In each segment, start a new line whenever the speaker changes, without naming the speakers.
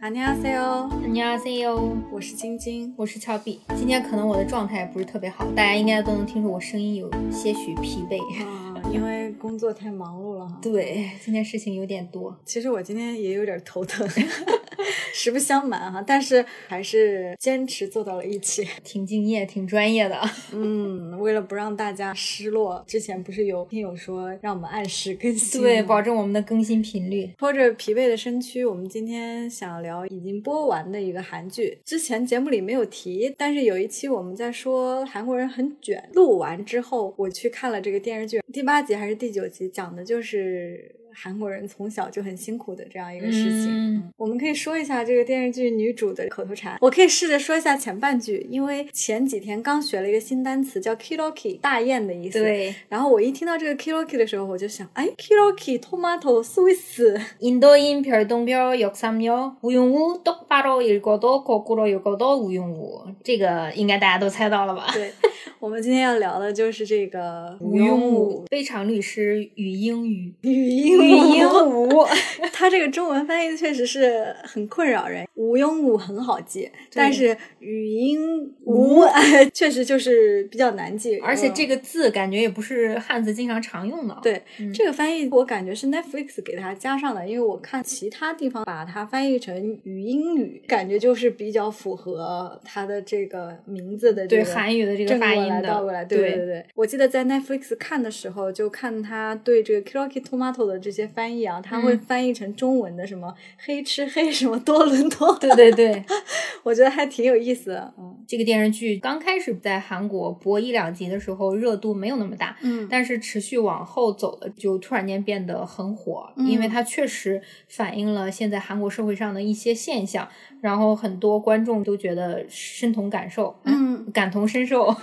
안녕하세요，
안녕하세요，
我是晶晶。
我是俏碧。今天可能我的状态不是特别好，大家应该都能听出我声音有些许疲惫。
嗯，因为工作太忙碌了哈。
对，今天事情有点多。
其实我今天也有点头疼， 实不相瞒哈，但是还是坚持做到了一期。
挺敬业，挺专业的。
嗯，为了不让大家失落，之前不是有听友说让我们按时更新吗，
对，保证我们的更新频率。
拖着疲惫的身躯，我们今天想聊已经播完的一个韩剧。之前节目里没有提，但是有一期我们在说韩国人很卷。录完之后，我去看了这个电视剧，第八集还是第九集，讲的就是韩国人从小就很辛苦的这样一个事情。
嗯
我们可以说一下这个电视剧女主的口头禅。我可以试着说一下前半句，因为前几天刚学了一个新单词，叫 “kiroki”，大雁的意思。。
对，
然后我一听到这个 “kiroki” 的时候，我就想，哎，“kiroki tomato Swiss”，
인도인 별똥별 역삼역 우용우 똑바로 읽어도 거꾸로 읽어도 우용우 这个应该大家都猜到了吧？
对，我们今天要聊的就是这 个
武，非常律师与英语
语音
与
武，
英 武，
它这个中文翻译确实是很困扰人。无庸武很好记，但是语音无 确实就是比较难记，
而且这
个。
个字感觉也不是汉字经常常用的。
对、
嗯
这个翻译，我感觉是 Netflix 给它加上的，因为我看其他地方把它翻译成语英语，感觉就是比较符合它的这个名字的这
对
个
韩语的这个
正
发
过
音
来
的，
倒过来，对对对对。我记得在 Netflix 看的时候，就看他对这个 Kiroki Tomato 的这些翻译啊，他会
嗯
翻译成中文的什么“黑吃黑”什么多伦多，
对对对，
我觉得还挺有意思的。嗯
这个电视剧刚开始在韩国播一两集的时候，热度没有那么大，
嗯
但是持续往后走了，就突然间变得很火，
嗯
因为它确实反映了现在韩国社会上的一些现象，然后很多观众都觉得深同感受，
嗯，
感同身受。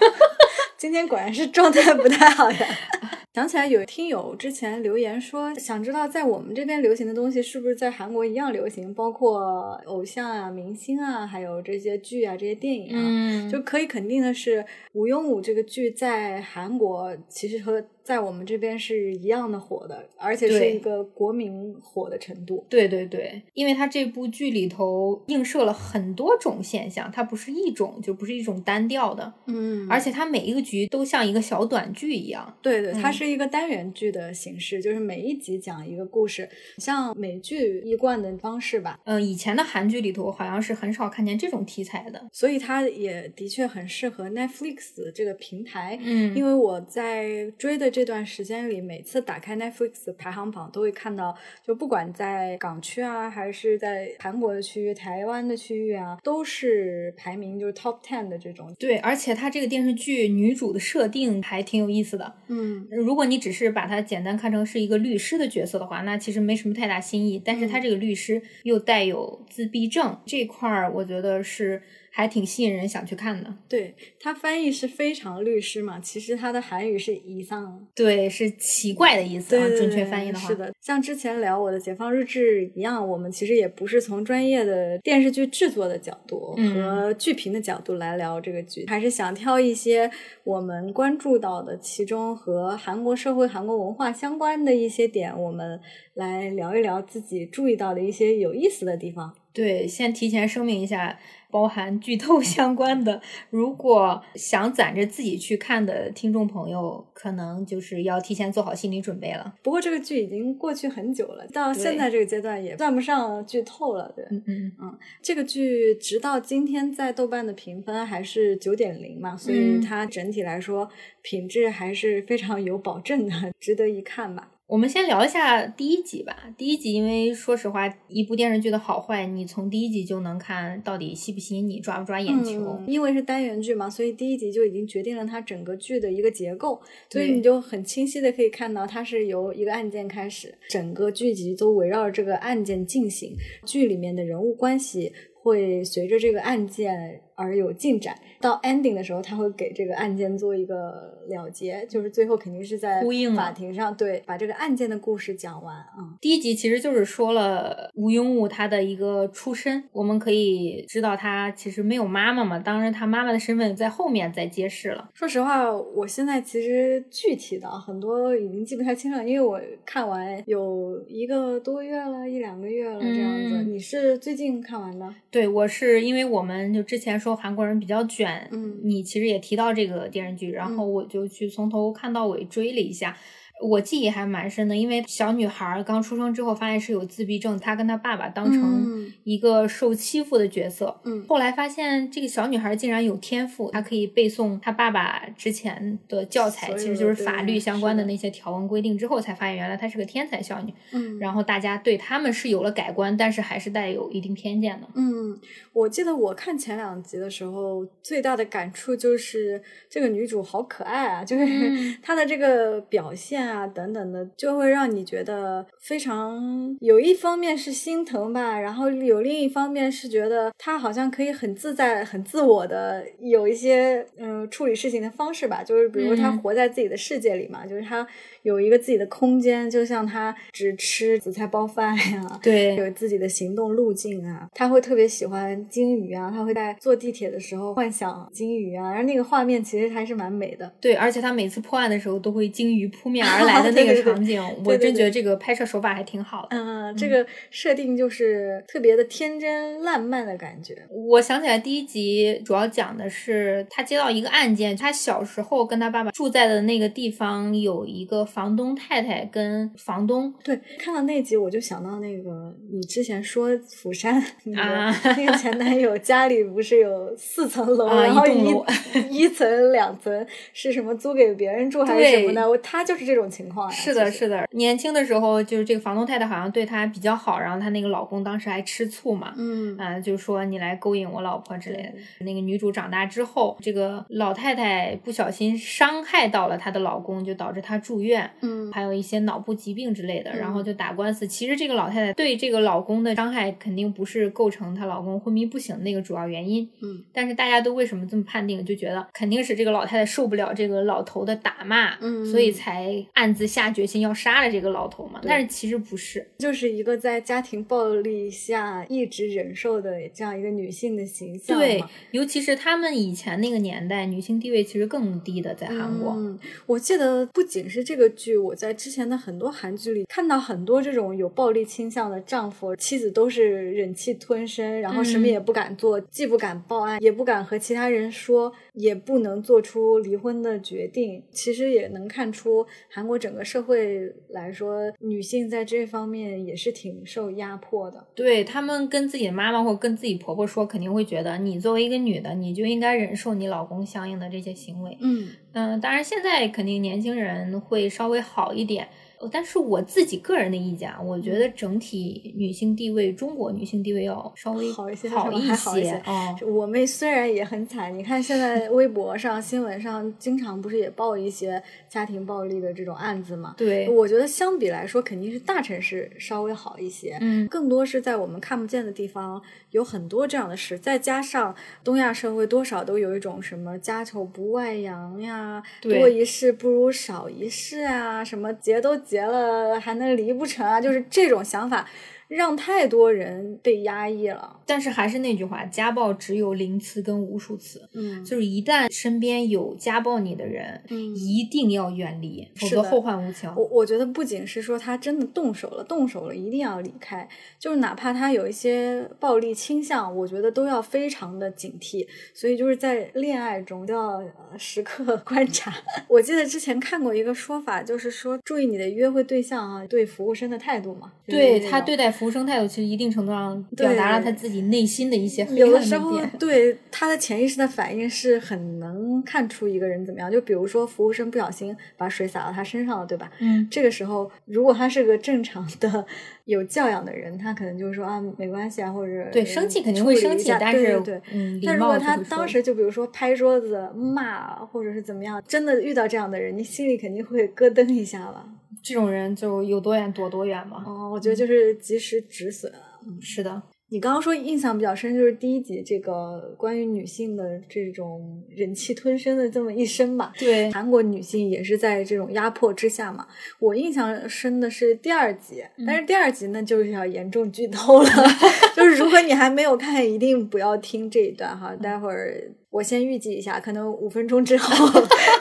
今天果然是状态不太好呀。 想起来有听友之前留言说，想知道在我们这边流行的东西是不是在韩国一样流行，包括偶像啊、明星啊，还有这些剧啊、这些电影啊。
嗯
就
就
可以肯定的是，《无庸武》这个剧在韩国其实和在我们这边是一样的火的，而且是
对
一个国民火的程度。
对对对，因为它这部剧里头映射了很多种现象，它不是一种，就不是一种单调的，
嗯
而且它每一个局都像一个小短剧一样。
对对，它
嗯
是一个单元剧的形式，就是每一集讲一个故事，像美剧一贯的方式吧。
嗯，以前的韩剧里头好像是很少看见这种题材的。
所以它也的确很适合 Netflix 这个平台，
嗯
因
为
为我在追的这段时间里，每次打开 Netflix 排行榜都会看到，就不管在港区啊，还是在韩国的区域、台湾的区域啊，都是排名就是 Top Ten 的这种。
对，而且它这个电视剧女主的设定还挺有意思的。呃
嗯
如果你只是把它简单看成是一个律师的角色的话，那其实没什么太大新意。但是她
嗯
这个律师又带有自闭症这块儿，我觉得是还挺吸引人想去看的。
对，它翻译是非常律师嘛，其实它的韩语是以上。
对，是奇怪的意思
对
啊，
对
准
对
确翻译的话。
是的，像之前聊我的《解放日志》一样，我们其实也不是从专业的电视剧制作的角度
嗯
和剧评的角度来聊这个剧，还是想挑一些我们关注到的，其中和韩国社会、韩国文化相关的一些点，我们来聊一聊自己注意到的一些有意思的地方。
对，先提前声明一下，包含剧透 相关的，如果想攒着自己去看的听众朋友，可能就是要提前做好心理准备了。
不过这个剧已经过去很久了，到
对
现在这个阶段也算不上剧透了，对。
嗯嗯，
这个剧直到今天在豆瓣的评分还是九点零嘛，所以
嗯
它整体来说品质还是非常有保证的，值得一看吧。
我们先聊一下第一集吧。第一集，因为说实话，一部电视剧的好坏，你从第一集就能看到底吸不吸引你，抓不抓眼球。
嗯因为是单元剧嘛，所以第一集就已经决定了它整个剧的一个结构，所以
对
你就很清晰的可以看到，它是由一个案件开始，整个剧集都围绕着这个案件进行，剧里面的人物关系会随着这个案件。而有进展。到 ending 的时候，他会给这个案件做一个了结，就是最后肯定是在
呼应了
法庭上，对，把这个案件的故事讲完啊、嗯
第一集其实就是说了吴庸武他的一个出身，我们可以知道他其实没有妈妈嘛，当然他妈妈的身份在后面再揭示了。
说实话，我现在其实具体的很多已经记不太清了，因为我看完有一个多月了，一两个月了这样子。
嗯
你是最近看完的？
对我是因为我们就之前说韩国人比较卷，
嗯
你其实也提到这个电视剧，然后
嗯
我就去从头看到尾追了一下。我记忆还蛮深的，因为小女孩儿刚出生之后发现是有自闭症，她跟她爸爸当成
嗯
一个受欺负的角色，
嗯
后来发现这个小女孩竟然有天赋，她可以背诵她爸爸之前的教材，
所有的
其实就是法律相关的
对
那些条文规定。之后才发现原来她是个天才少女，
嗯，
然后大家对她们是有了改观，但是还是带有一定偏见的。
嗯，我记得我看前两集的时候，最大的感触就是这个女主好可爱啊，就是
嗯
她的这个表现啊等等的，就会让你觉得非常有一方面是心疼吧，然后有另一方面是觉得她好像可以很自在、很自我的有一些嗯处理事情的方式吧，就是比如她
嗯
活在自己的世界里嘛，就是她有一个自己的空间，就像她只吃紫菜包饭呀、
对，
有自己的行动路径啊，他会特别喜欢鲸鱼啊，他会在坐地铁的时候幻想鲸鱼啊，然后那个画面其实还是蛮美的。
对，而且她每次破案的时候都会鲸鱼扑面而来的那个
对对对
场景，
对对
我真觉得这个拍摄手法还挺好的。
嗯、这个设定就是特别的天真烂漫的感觉。
我想起来第一集主要讲的是他接到一个案件，他小时候跟他爸爸住在的那个地方有一个房东太太跟房东
对，看到那集我就想到那个你之前说釜山那个、
啊
那个前男友家里不是有四层楼，
啊
然后
一栋
一
楼
一层两层是什么租给别人住还是什么
对
的？我他就是这种情况呀。
是的，
其实
是的。呃年轻的时候，就是这个房东太太好像对她比较好，然后她那个老公当时还吃醋嘛，
嗯，
啊、就说你来勾引我老婆之类的
对。
那个女主长大之后，这个老太太不小心伤害到了她的老公，就导致她住院，
嗯
还有一些脑部疾病之类的，然后
嗯
就打官司。其实这个老太太对这个老公的伤害肯定不是构成她老公昏迷不醒的那个主要原因，
嗯
但是大家都为什么这么判定，就觉得肯定是这个老太太受不了这个老头的打骂，
嗯
所以才暗自下决心要杀了这个老头嘛。
对
但是其实不是，
就是一个在家庭暴力下一直忍受的这样一个女性的形象嘛。
对，尤其是他们以前那个年代，女性地位其实更低的，在韩国。
嗯，我记得不仅是这个剧，我在之前的很多韩剧里看到很多这种有暴力倾向的丈夫、妻子都是忍气吞声，然后什么
嗯
也不敢做，既不敢报案，也不敢和其他人说，也不能做出离婚的决定。其实也能看出韩国整个社会来说，女性在这方面也是挺受压迫的。
对他们跟自己的妈妈或跟自己婆婆说，肯定会觉得你作为一个女的，你就应该忍受你老公相应的这些行为。
嗯。
嗯，当然现在肯定年轻人会稍微好一点，呃但是我自己个人的意见啊，我
嗯
觉得整体女性地位，中国女性地位要稍微
好一些
好
是吧
一
还好一
些
些
哦。
我妹虽然也很惨，你看现在微博上、 新闻上经常不是也报一些家庭暴力的这种案子嘛？
对，
我觉得相比来说，肯定是大城市稍微好一些。
嗯，
更多是在我们看不见的地方，有很多这样的事。再加上东亚社会多少都有一种什么家丑不外扬呀，
对
多一事不如少一事啊，什么结都结了还能离不成啊，就是这种想法，让太多人被压抑了。
但是还是那句话，家暴只有零次跟无数次，
嗯，
就是一旦身边有家暴你的人，
嗯
一定要远离，否
是
则
的
后患无穷。
我我觉得不仅是说他真的动手了，动手了一定要离开，就是哪怕他有一些暴力倾向，我觉得都要非常的警惕。所以就是在恋爱中都要呃时刻 观察。我记得之前看过一个说法，就是说注意你的约会对象啊，对服务生的态度嘛。就是
对
那
他
种
对待服务生态度，其实一定程度上表达了
对
他自己内心的一些黑
有的
暗
时候
面。，
对他的潜意识的反应是很能看出一个人怎么样。就比如说，服务生不小心把水洒到他身上了，对吧？
嗯，
这个时候，如果他是个正常的、有教养的人，他可能就是说啊，没关系啊，或者
对，生气肯定会生气，但
是
是
对对。
嗯，礼
但如
貌
果
就
他
会说
当时就比如说拍桌子、骂或者是怎么样，真的遇到这样的人，你心里肯定会咯噔一下吧？
这种人就有多远躲多远嘛。嗯
哦，我觉得就是及时止损。
是的，
你刚刚说印象比较深，就是第一集这个关于女性的这种忍气吞声的这么一生吧。
对，
韩国女性也是在这种压迫之下嘛。我印象深的是第二集，但是第二集呢就是要严重剧透了， 就是如果你还没有看，一定不要听这一段哈，待会儿。我先预计一下，可能五分钟之后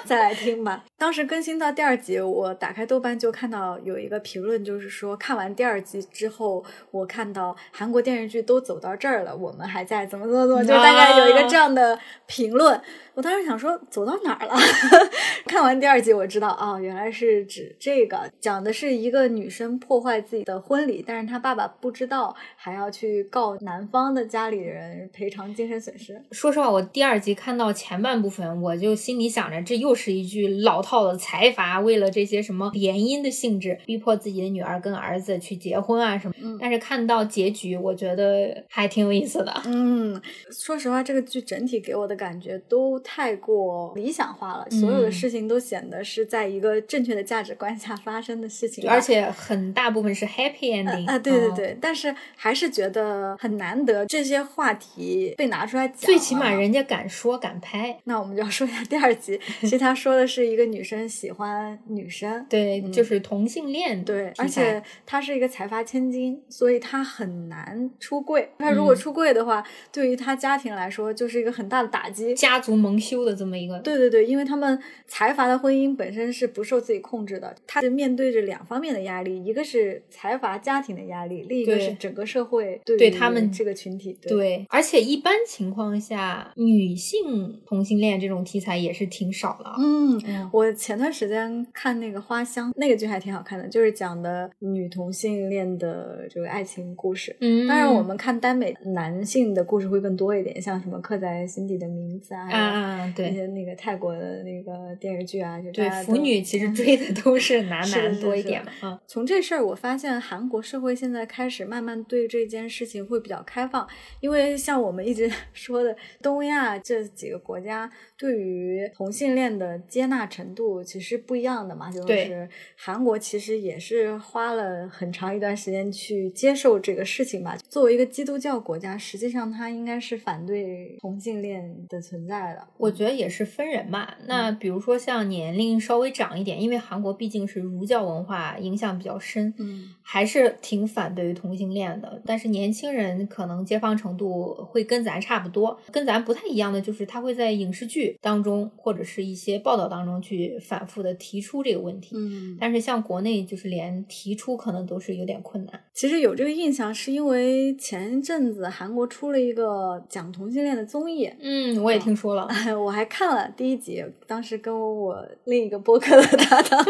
再来听吧。当时更新到第二集，我打开豆瓣就看到有一个评论，就是说看完第二集之后，我看到韩国电视剧都走到这儿了，我们还在怎么怎么怎么，就大概有一个这样的评论。我当时想说走到哪儿了？ 看完第二集我知道啊、哦，原来是指这个，讲的是一个女生破坏自己的婚礼，但是她爸爸不知道，还要去告男方的家里人赔偿精神损失。
说实话，我第二集看到前半部分，我就心里想着，这又是一句老套的财阀为了这些什么联姻的性质，逼迫自己的女儿跟儿子去结婚啊什么。
嗯
但是看到结局，我觉得还挺有意思 的。
嗯，说实话，这个剧整体给我的感觉都太过理想化了，所有的
嗯
事情都显得是在一个正确的价值观下发生的事情，
而。且很大部分是 happy
啊
ending
啊，对对
嗯
对，但是还是觉得很难得这些话题被拿出来讲了。
最起码人家敢说敢拍，
那我们就要说一下第二集，其实他说的是一个女生喜欢女生，
对，
嗯
就是同性恋
对，
题
而
材
且他是一个财阀千金，所以他很难出柜。他如果
嗯
出柜的话，对于他家庭来说就是一个很大的打击。
家族蒙羞的这么一个，
对对对，因为他们财阀的婚姻本身是不受自己控制的，他是面对着两方面的压力，一个是财阀家庭的压力，另一个
对
是整个社会对
对
于
他们
这个群体。对
对，而且一般情况下，女性同性恋这种题材也是挺少的啊。
嗯，
嗯，
我前段时间看那个《花香》，那个剧还挺好看的，就是讲的女同性恋的这个爱情故事。
嗯
当然，我们看耽美男性的故事会更多一点，像什么《刻在心底的名字》啊，
啊
还有
啊，
一
对
些那个泰国的那个电视剧啊，就
对
大家，都
腐女其实追的都是 男
是的
男
是
多一
是
点嘛。嗯
从这事儿，我发现韩国社会现在开始慢慢对这件事情会比较开放，因为像我们一直 说的，东亚这几个国家对于同性恋的接纳程度其实不一样的嘛，就
对
是韩国其实也是花了很长一段时间去接受这个事情吧。作为一个基督教国家，实际上它应该是反对同性恋的存在的。
我觉得也是分人吧。那比如说像年龄稍微长一点，因为韩国毕竟是儒教文化影响比较深，
嗯，
还是挺反对于同性恋的。但是年轻人可能接放程度会跟咱差不多，跟咱不太一样的就是他会在影视剧当中或者是一些报道当中去反复的提出这个问题。
嗯
但是像国内就是连提出可能都是有点困难。
其实有这个印象，是因为前一阵子韩国出了一个讲同性恋的综艺，哎
嗯，我也听说了。
我还看了第一集，当时跟我另一个播客的搭档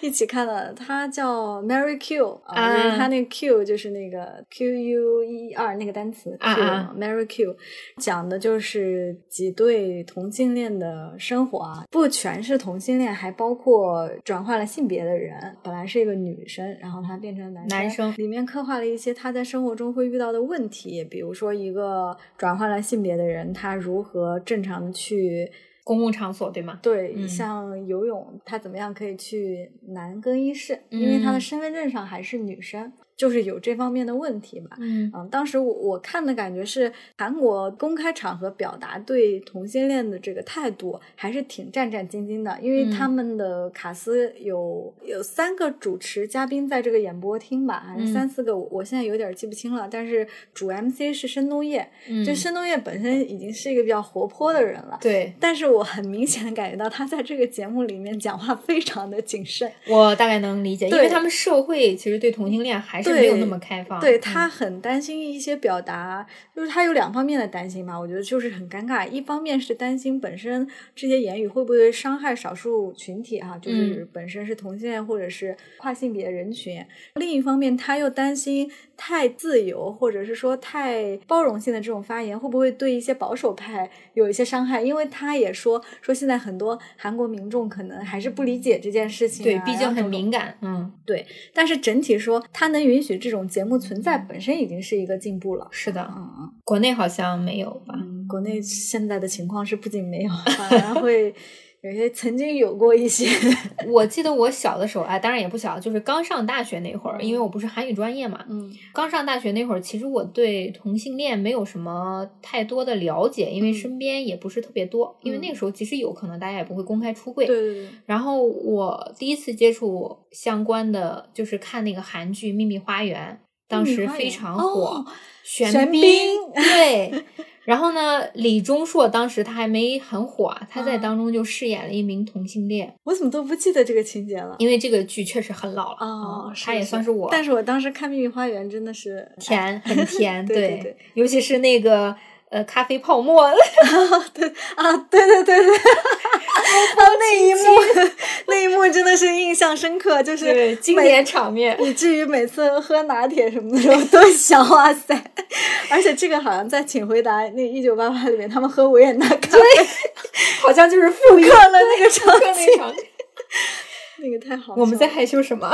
一起看了，它叫 Mary Q 啊，就是
啊
它那个 Q 就是那个 Q U 一二那个单词 Q
啊啊
Mary Q 讲的就是几对同性恋的生活啊，不全是同性恋，还包括转换了性别的人，本来是一个女生，然后她变成男
男生
里面刻画了一些他在生活中会遇到的问题，比如说一个转换了性别的人，他如何正常的去
公共场所对吗？
对、
嗯
像游泳，他怎么样可以去男更衣室，因
嗯
为他的身份证上还是女生，就是有这方面的问题吧。
嗯
嗯，当时我我看的感觉是，韩国公开场合表达对同性恋的这个态度还是挺战战兢兢的，因为
嗯
他们的卡斯有、有三个主持嘉宾在这个演播厅吧，还是
嗯
三四个，我我现在有点记不清了。但是主 MC 是申东烨，
嗯，
就申东烨本身已经是一个比较活泼的人了。
对
但是我很明显的感觉到，他在这个节目里面讲话非常的谨慎，
我大概能理解，因
对
为他们社会其实对同性恋还是没有那么开放。
对
嗯
他很担心一些表达，就是他有两方面的担心嘛，我觉得就是很尴尬。一方面是担心本身这些言语会不会伤害少数群体哈、
嗯
就是本身是同性恋或者是跨性别人群；另一方面，他又担心太自由或者是说太包容性的这种发言会不会对一些保守派有一些伤害，因为他也说说现在很多韩国民众可能还是不理解这件事情、啊，
对，毕
然
竟
后
很
种
敏感。嗯，
但是整体说，它能允许这种节目存在，本身已经是一个进步了。
是的，
嗯
国内好像没有吧？
嗯，国内现在的情况是不仅没有，反而会有些曾经有过一 些
我记得我小的时候，哎，当然也不小，就是刚上大学那会儿，因为我不是韩语专业嘛，
嗯
刚上大学那会儿，其实我对同性恋没有什么太多的了解，因为
嗯
身边也不是特别多，因为
嗯
那个时候即使有可能大家也不会公开出柜，
对对对，
然后我第一次接触相关的就是看那个韩剧《秘密花园》，当时非常火
哦，
玄
玄
彬
彬
对。然后呢，李钟硕当时他还没很火啊，他在
啊
当中就饰演了一名同性恋，
我怎么都不记得这个情节了。
因为这个剧确实很老了，
哦
嗯，
是
他也算是我
但是我当时看《秘密花园》真的是
甜 很甜，
对对对
尤其是那个呃咖啡泡沫，
啊，对对对对，然后那一幕， 那一幕真的是印象深刻，就是
对经
每
典场面，
以至于每次喝拿铁什么的时候都想，哇塞！而且这个好像在《请回答》那一九八八里面，他们喝维也纳咖啡
好像就是复
复刻了那个
刻
场景，
那场景。
那个太好笑了。
我们在害羞什么？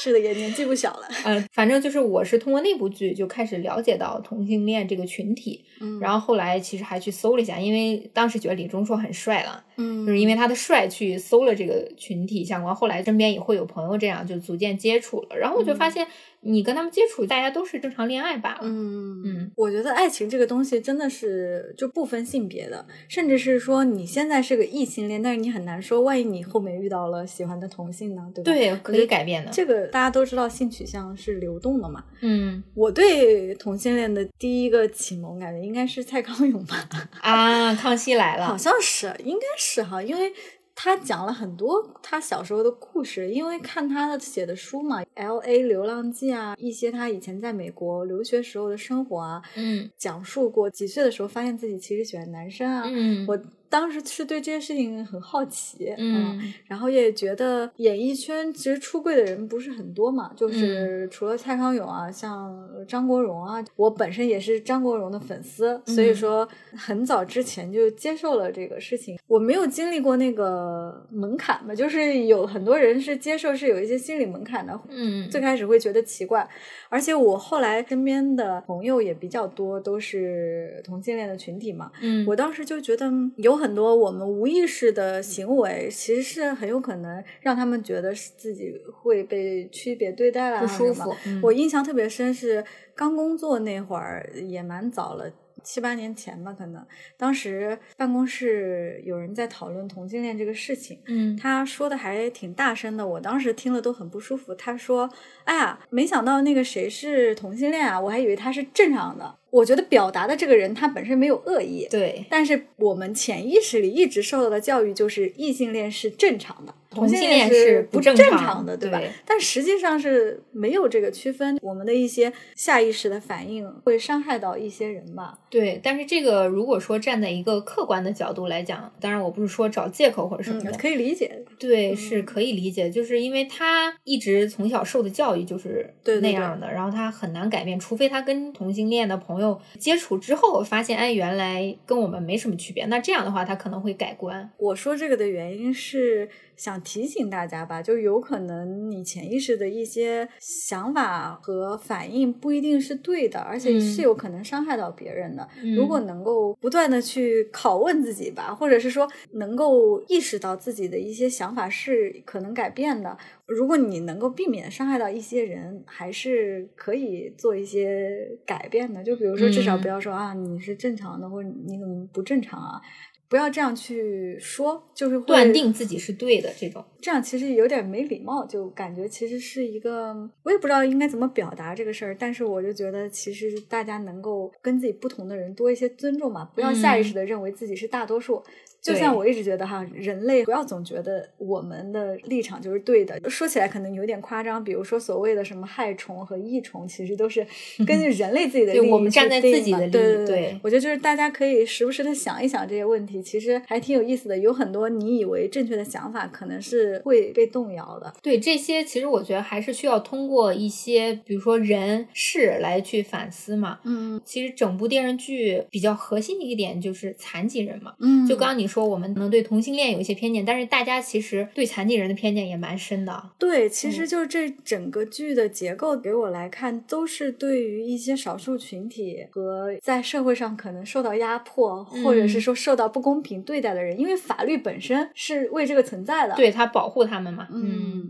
是的，也年纪不小了。
嗯，反正就是我是通过那部剧就开始了解到同性恋这个群体，
嗯
然后后来其实还去搜了一下，因为当时觉得李钟硕很帅了，
嗯
就是因为他的帅去搜了这个群体相关，后来身边也会有朋友这样就逐渐接触了，然后我就发现你跟他们接触，大家都是正常恋爱吧，
嗯
嗯
我觉得爱情这个东西真的是就不分性别的，甚至是说你现在是个异性恋，但是你很难说，万一你后面遇到了喜欢的同性呢，对吧？
对，可以改变的，
这个大家都知道，性取向是流动的嘛。
嗯
我对同性恋的第一个启蒙感觉应该是蔡康永吧，
啊，康熙来
嗯 好
了，
像是，应该是哈，因为他讲了很多他小时候的故事，因为看他的写的书嘛，《L A 流浪记》啊，一些他以前在美国留学时候的生活啊，
嗯
讲述过几岁的时候发现自己其实喜欢男生啊，
嗯，
我当时是对这些事情很好奇，
嗯
然后也觉得演艺圈其实出柜的人不是很多嘛，
嗯
就是除了蔡康永啊，像张国荣啊，我本身也是张国荣的粉丝，所以
嗯
说很早之前就接受了这个事情。我没有经历过那个门槛吧，就是有很多人是接受是有一些心理门槛的，
嗯，
最开始会觉得奇怪，而且我后来身边的朋友也比较多，都是同性恋的群体嘛。
嗯
我当时就觉得嗯有很多我们无意识的行为，其实是很有可能让他们觉得是自己会被区别对待啦，
不舒
什么
服，嗯
我印象特别深是刚工作那会儿，也蛮早了。七八年前吧，可能当时办公室有人在讨论同性恋这个事情，
嗯
他说的还挺大声的，我当时听了都很不舒服。他说：“哎呀，没想到那个谁是同性恋啊，我还以为他是正常的。”我觉得表达的这个人他本身没有恶意，
对。
但是我们潜意识里一直受到的教育就是异性恋是正常的，
同性
性
恋
恋
是不
不
正常
常的，吧
对？
但实际上是没有这个区分，我们的一些下意识的反应会伤害到一些人吧。
对，但是这个如果说站在一个客观的角度来讲，当然我不是说找借口或者什么
嗯
的，，
可以理解。
对，
嗯
是可以理解，就是因为他一直从小受的教育就是
对对
那
对
样的，然后他很难改变，除非他跟同性恋的朋友接触之后发现，哎，原来跟我们没什么区别，那这样的话他可能会改观。
我说这个的原因是想提醒大家吧，就有可能你潜意识的一些想法和反应不一定是对的，而且
嗯
是有可能伤害到别人的。如果
嗯
能够不断的去拷问自己吧，或者是说能够意识到自己的一些想法是可能改变的，如果你能够避免伤害到一些人，还是可以做一些改变的。就比如说，至少
嗯
不要说、啊你是正常的，或者你怎么不正常啊。不要这样去说，就是会
断定自己是对的这种，
这样其实有点没礼貌，就感觉其实是一个，我也不知道应该怎么表达这个事儿，但是我就觉得其实大家能够跟自己不同的人多一些尊重嘛，不要下意识的认为自己是大多数。就像我一直觉得哈，人类不要总觉得我们的立场就是对的。说起来可能有点夸张，比如说所谓的什么害虫和益虫，其实都是 根据人类自己的利益
对我们
去
站在
定
自己的利益
对对
对
我觉得就是大家可以时不时的想一想这些问题，其实还挺有意思的。有很多你以为正确的想法，可能是会被动摇的。
对这些其实我觉得还是需要通过一些，比如说人事来去反思嘛。
嗯
其实整部电视剧比较核心的一点就是残疾人嘛，
嗯
就刚刚你说，我们可能对同性恋有一些偏见，但是大家其实对残疾人的偏见也蛮深的。
对，其实
嗯
就是这整个剧的结构，给我来看都是对于一些少数群体和在社会上可能受到压迫，或者
嗯
是说受到不公平对待的人，因为法律本身是为这个存在的。
对他保护他们嘛，
嗯，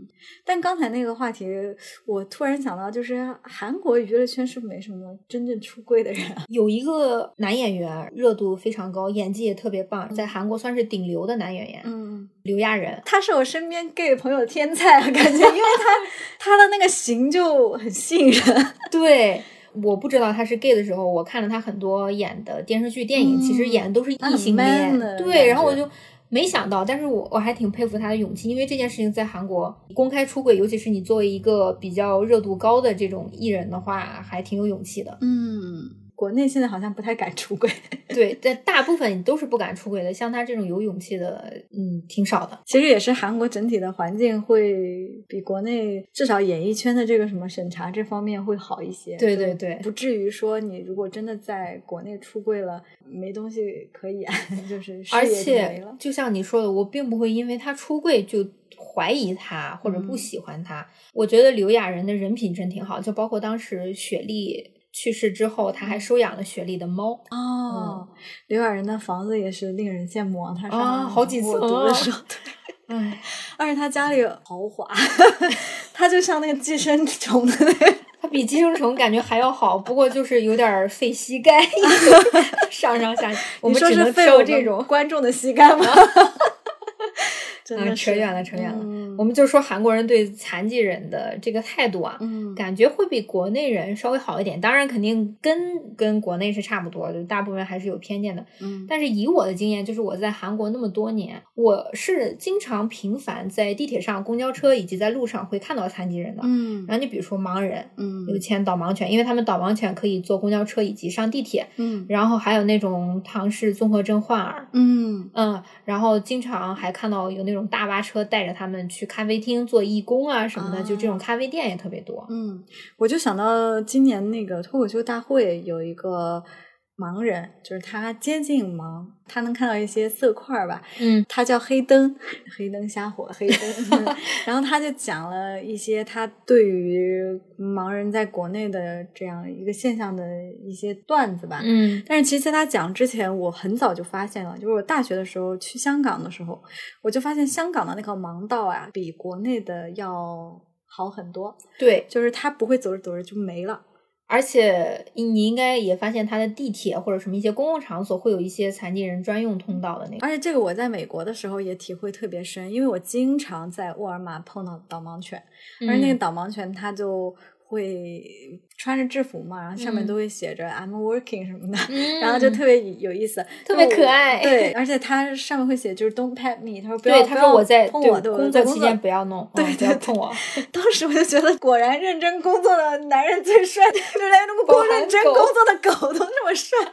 但刚才那个话题，我突然想到，就是韩国娱乐圈是没什么真正出柜的人，啊
嗯有一个男演员热度非常高，演技也特别棒，在韩国算是顶流的男演员，
嗯，
刘亚仁。
他是我身边 gay 朋友的天才，啊感觉，因为 他他的那个型就很吸引人，
对，我不知道他是 gay 的时候，我看了他很多演的电视剧、电影，
嗯
其实演的都是
他很
异性恋
man 的，感
对，然后我
觉
就。没想到，但是我我还挺佩服他的勇气，因为这件事情在韩国公开出轨，尤其是你作为一个比较热度高的这种艺人的话，还挺有勇气的。
嗯。国内现在好像不太敢出轨，
对，但大部分都是不敢出轨的，像他这种有勇气的，嗯，挺少的。
其实也是韩国整体的环境会比国内至少演艺圈的这个什么审查这方面会好一些。
对
就
对对
不至于说你如果真的在国内出柜了，没东西可演， 就是事
而
业就没
且
了。
就像你说的，我并不会因为他出柜就怀疑他或者不
嗯
喜欢他。我觉得刘亚仁的人品真挺好，就包括当时雪莉去世之后，他还
嗯
收养了雪莉的猫。
哦，刘亚仁的房子也是令人羡慕啊！他上
啊好几
我
层
读
啊
的 时候，对，
哎，
而且他家里豪华， 他就像那个寄生虫的 那个。
他比寄生虫感觉还要好，不过就是有点儿费 膝盖， 上上下下，我
你
们
说
只
是
能
费我
受
们
这种。
观众的膝盖 吗？真
啊，
的
扯
是
远了，扯远了。
嗯
我们就说韩国人对残疾人的这个态度啊，
嗯
感觉会比国内人稍微好一点。当然，肯定跟跟国内是差不多，就大部分还是有偏见的。
嗯
但是以我的经验，就是我在韩国那么多年，我是经常频繁在地铁上、公交车以及在路上会看到残疾人的。
嗯
然后你比如说盲人。
嗯
有签导盲犬，因为他们导盲犬可以坐公交车以及上地铁，
嗯
然后还有那种唐氏综合症患儿，
嗯
嗯，然后经常还看到有那种大巴车带着他们去咖啡厅做义工啊什么的，就这种咖啡店也特别多。
嗯，我就想到今年那个脱口秀大会有一个盲人，就是他接近盲，他能看到一些色块儿吧，
嗯
他叫黑灯，黑灯瞎火，黑灯。 然后他就讲了一些他对于盲人在国内的这样一个现象的一些段子吧。
嗯
但是其实，在他讲之前，我很早就发现了，就是我大学的时候去香港的时候，我就发现香港的那个盲道啊，比国内的要好很多，
对，
就是他不会走着走着就没了。
而且你应该也发现它的地铁或者什么一些公共场所会有一些残疾人专用通道的那个。
而且这个我在美国的时候也体会特别深，因为我经常在沃尔玛碰到导盲犬。而那个
嗯
导盲犬它就会穿着制服嘛，然后上面
嗯
都会写着 “I'm working” 什么的，
嗯
然后就特别有意思，
特别
就
可爱
对，而且它上面会写就是 “Don't pet me”，他说不要，
对，
不
他
要
说我在
碰
对
我，对，我
工
在
作期间不要弄，
对
嗯不
对
要
对
碰我。
当时我就觉得，果然认真工作的男人最帅，就连那么
狗
不
还
认真
狗
工作的狗都那么帅。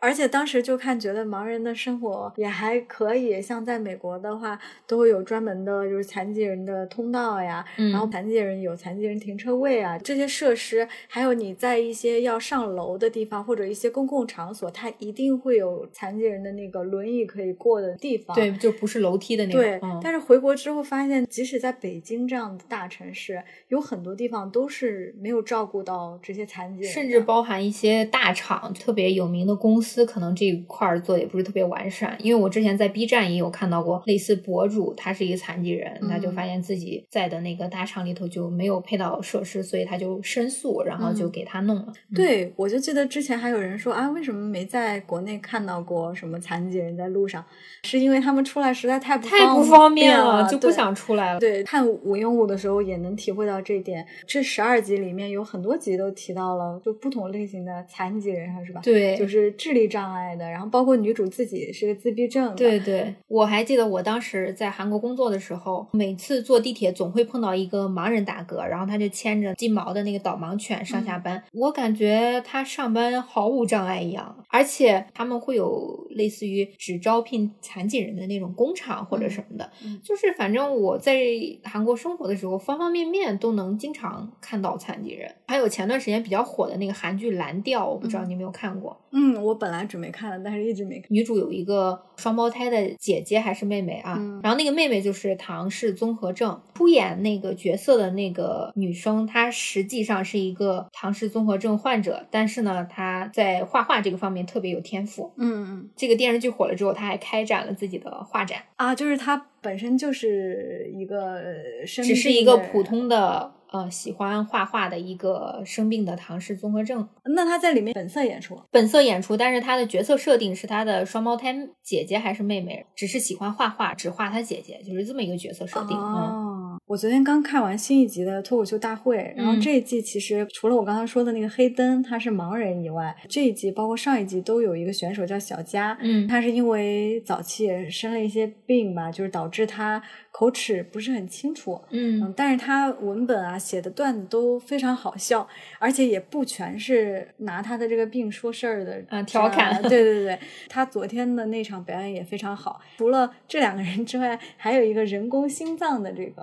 而且当时就看觉得盲人的生活也还可以，像在美国的话，都会有专门的就是残疾人的通道呀，
嗯
然后残疾人有残疾人停车位啊，这些设施，还有你在一些要上楼的地方或者一些公共场所，它一定会有残疾人的那个轮椅可以过的地方。
对，就不是楼梯的那
对
种。，嗯
但是回国之后发现，即使在北京这样的大城市，有很多地方都是没有照顾到这些残疾人的，
甚至包含一些大厂特别有名的公司，可能这一块儿做的也不是特别完善。因为我之前在 B 站也有看到过类似博主，他是一个残疾人，
嗯
他就发现自己在的那个大厂里头就没有配套设施，所以他就申诉，然后就给他弄了。嗯，
对我就记得之前还有人说啊，为什么没在国内看到过什么残疾人在路上？是因为他们出来实在太不
太不
方
方便
了，
就不
对。
想出来了。
对，看五英五的时候也能体会到这一点。这十二集里面有很多集都提到了，就不同类型的残疾人，是吧？，
对，
就是智力障碍的，然后包括女主自己是个自闭症的，
对对，我还记得我当时在韩国工作的时候，每次坐地铁总会碰到一个盲人大哥，然后他就牵着金毛的那个导盲犬上
嗯
下班。我感觉他上班毫无障碍一样，而且他们会有类似于只招聘残疾人的那种工厂或者什么的，
嗯嗯
就是反正我在韩国生活的时候，方方面面都能经常看到残疾人。还有前段时间比较火的那个韩剧《蓝调》，我不知道
嗯
你有没有看过。
嗯，我本来准备看的，但是一直没看。
女主有一个双胞胎的姐姐还是妹妹啊，
嗯
然后那个妹妹就是唐氏综合症，出演那个角色的那个女生，她实际上是一个唐氏综合症患者，但是呢，她在画画这个方面特别有天赋。
嗯嗯，
这个电视剧火了之后，他还开展了自己的画展，
啊，就是他本身就是一个生
只
病
是一个
的人
普。通的呃喜欢画画的一个生病的唐氏综合症
那他在里面本色演出，
本色演出，但是他的角色设定是他的双胞胎姐姐还是妹妹，只是喜欢画画，只画他姐姐，就是这么一个角色设定。嗯
哦，我昨天刚看完新一集的脱口秀大会，然后
嗯
这一季其实除了我刚才说的那个黑灯他是盲人以外，这一季包括上一季都有一个选手叫小佳，
嗯，
他是因为早期也生了一些病吧，就是导致他口齿不是很清楚。嗯
嗯，，
但是他文本啊写的段子都非常好笑，而且也不全是拿他的这个病说事儿的
啊调侃
对对对，他昨天的那场表演也非常好。除了这两个人之外，还有一个人工心脏的这个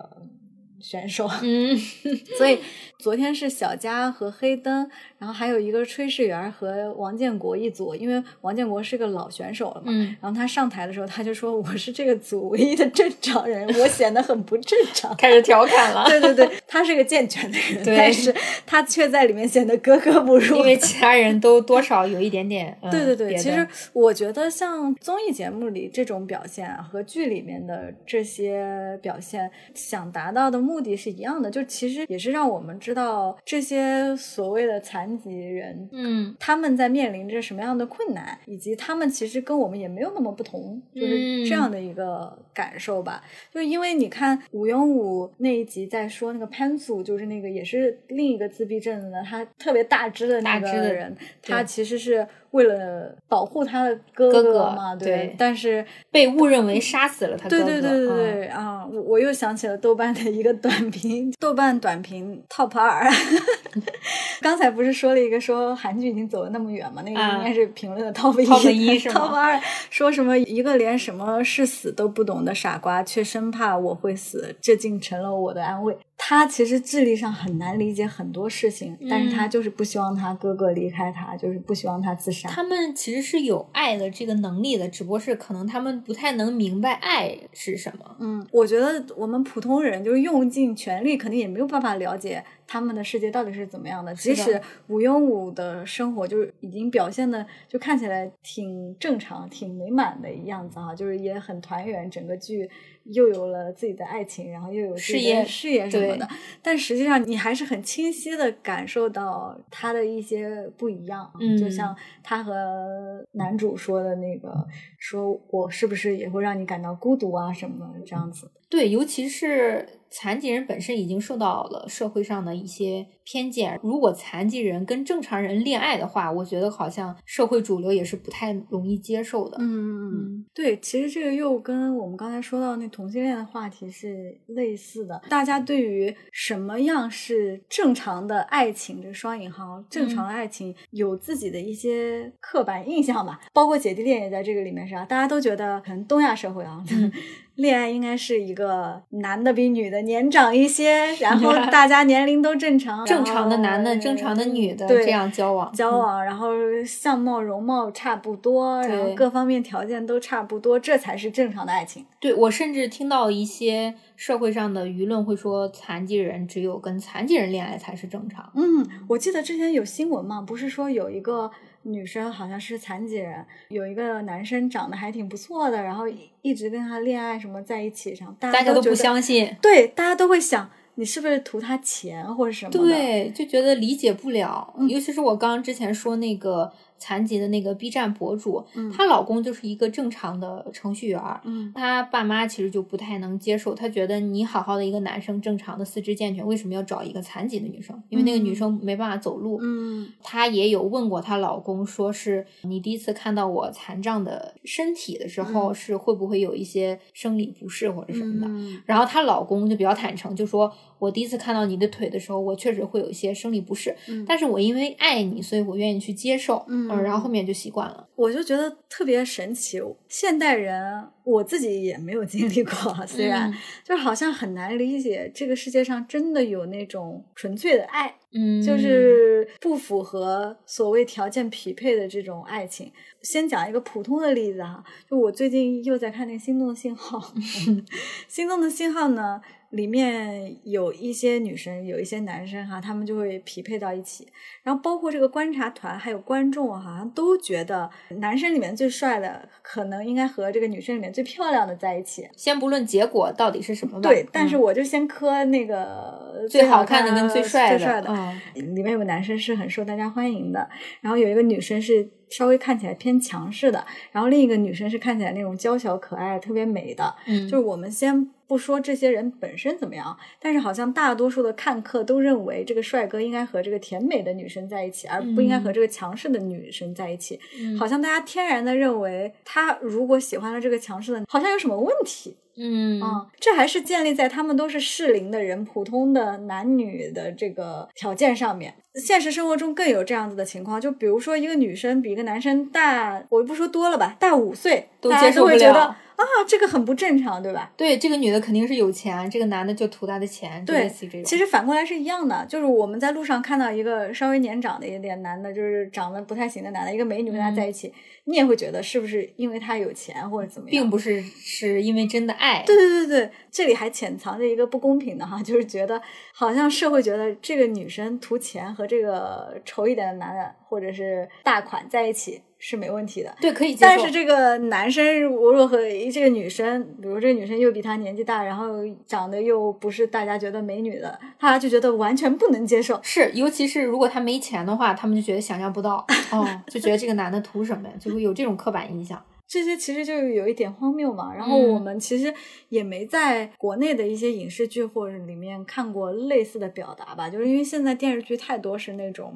选手。
嗯，
所以昨天是小佳和黑灯，然后还有一个炊事员儿和王建国一组，因为王建国是个老选手了嘛。
嗯，
然后他上台的时候，他就说：“我是这个组唯一的正常人，我显得很不正常。”
开始调侃了，
对对对，他是个健全的人，
对
但是他却在里面显得格格不入。
因为其他人都多少有一点点。嗯、
对对对，
别的
其实我觉得像综艺节目里这种表现啊，和剧里面的这些表现，想达到的目的是一样的，就其实也是让我们知道这些所谓的残疾人。
嗯
他们在面临着什么样的困难，以及他们其实跟我们也没有那么不同，就是这
嗯
样的一个感受吧。就是因为你看武勇武那一集在说那个潘祖，就是那个也是另一个自闭症的，他特别大只的那
大只
个
的
人，他其实是为了保护他的哥
哥哥
嘛，
对
但是
被误认为杀死了他哥
对对
哥。
对对
嗯
对啊，我我又想起了豆瓣的一个短评，豆瓣短评 top 二。 刚才不是说了一个说韩剧已经走了那么远嘛？那个
啊
应该是评论的 top 一、
top 一是
top
吗
二说什么一个连什么是死都不懂的傻瓜，却生怕我会死，这竟成了我的安慰。他其实智力上很难理解很多事情，但是他
嗯
就是不希望他哥哥离开他，就是不希望他自杀。
他们其实是有爱的这个能力的，只不过是可能他们不太能明白爱是什么。
嗯，我觉得我们普通人就是用尽全力，肯定也没有办法了解他们的世界到底是怎么样的。即
的
使吴庸武的生活就是已经表现的，就看起来挺正常、挺美满的样子哈、就是也很团圆，整个剧又有了自己的爱情，然后又有自己的
事业
事业什么
对
的。但实际上，你还是很清晰的感受到他的一些不一样啊。就
嗯
像他和男主说的那个，说我是不是也会让你感到孤独啊什么这样子。
对，尤其是残疾人本身已经受到了社会上的一些偏见，如果残疾人跟正常人恋爱的话，我觉得好像社会主流也是不太容易接受的。
嗯嗯，
嗯
对，其实这个又跟我们刚才说到那同性恋的话题是类似的。大家对于什么样是正常的爱情，这双引号正常
嗯
的爱情，有自己的一些刻板印象吧。包括姐弟恋也在这个里面是啊，大家都觉得可能东亚社会啊。
嗯
恋爱应该是一个男的比女的年长一些， 然后大家年龄都正常，
啊嗯正常的男的
然后
正常的女的
哦对
这样交往
交
嗯
往，然后相貌容貌差不多，然后
对
各方面条件都差不多，这才是正常的爱情。嗯
嗯对我甚至听到一些社会上的舆论会说，残疾人只有跟残疾人恋爱才是正常。
嗯，我记得之前有新闻嘛，不是说有一个女生好像是残疾人，有一个男生长得还挺不错的，然后一一直跟他恋爱什么在一起上，大
大家都
觉得，
不相信，
对，大家都会想你是不是图他钱或者什么的。
对，就觉得理解不了。
嗯
尤其是我刚刚之前说那个残疾的那个 B 站博主，
嗯
她老公就是一个正常的程序员儿，
嗯
她爸妈其实就不太能接受，她觉得你好好的一个男生，正常的四肢健全，为什么要找一个残疾的女生？因为那个女
嗯
生没办法走路。
嗯
她也有问过她老公，说是你第一次看到我残障的身体的时候，
嗯
是会不会有一些生理不适或者什么的？
嗯
然后她老公就比较坦诚，就说我第一次看到你的腿的时候，我确实会有一些生理不适，
嗯
但是我因为爱你，所以我愿意去接受，呃
嗯
然后后面就习惯了。
我就觉得特别神奇。现代人我自己也没有经历过，嗯虽然、就是好像很难理解这个世界上真的有那种纯粹的爱，
嗯，
就是不符合所谓条件匹配的这种爱情。先讲一个普通的例 子哈，就我最近又在看那个《心动的信号》，《心动的信号》呢，里面有一些女生，有一些男生哈，他们就会匹配到一起。然后包括这个观察团还有观众，啊好像都觉得男生里面最帅的，可能应该和这个女生里面最漂亮的在一起。
先不论结果到底是什么吧，
对，但是
嗯
我就先磕那个
最好
好
看的跟
最
最帅
最帅的。
嗯
里面有个男生是很受大家欢迎的，然后有一个女生是稍微看起来偏强势的，然后另一个女生是看起来那种娇小可爱、特别美的。
嗯，
就是我们先不说这些人本身怎么样，但是好像大多数的看客都认为这个帅哥应该和这个甜美的女生在一起，而不应该
嗯
和这个强势的女生在一起。好像大家天然的认为他如果喜欢了这个强势的，好像有什么问题。
嗯
啊，这还是建立在他们都是适龄的人、普通的男女的这个条件上面。现实生活中更有这样子的情况，就比如说一个女生比一个男生大，我不说多了吧，大五岁，
都
大
接
家
受
都会
不
觉得
了
啊，这个很不正常，对吧？
对，这个女的肯定是有钱，这个男的就图她的钱，就
对
类似于这种。
其实反过来是一样的，就是我们在路上看到一个稍微年长的一点男的，就是长得不太行的男的，一个美女
嗯
跟他在一起，你也会觉得是不是因为他有钱或者怎么样？
并不是是因为真的爱，
对对对对，这里还潜藏着一个不公平的哈，就是觉得好像社会觉得这个女生图钱和这个丑一点的男的或者是大款在一起是没问题的。
对可以接受。
但是这个男生，如果和这个女生，比如这个女生又比他年纪大，然后长得又不是大家觉得美女的，他就觉得完全不能接受。
是，尤其是如果他没钱的话，他们就觉得想 象不到，哦，就觉得这个男的图什么呀，就会有这种刻板 印象。
这些其实就有一点荒谬嘛。然后
嗯
我们其实也没在国内的一些影视剧或者里面看过类似的表达吧，就是因为现在电视剧太多是那种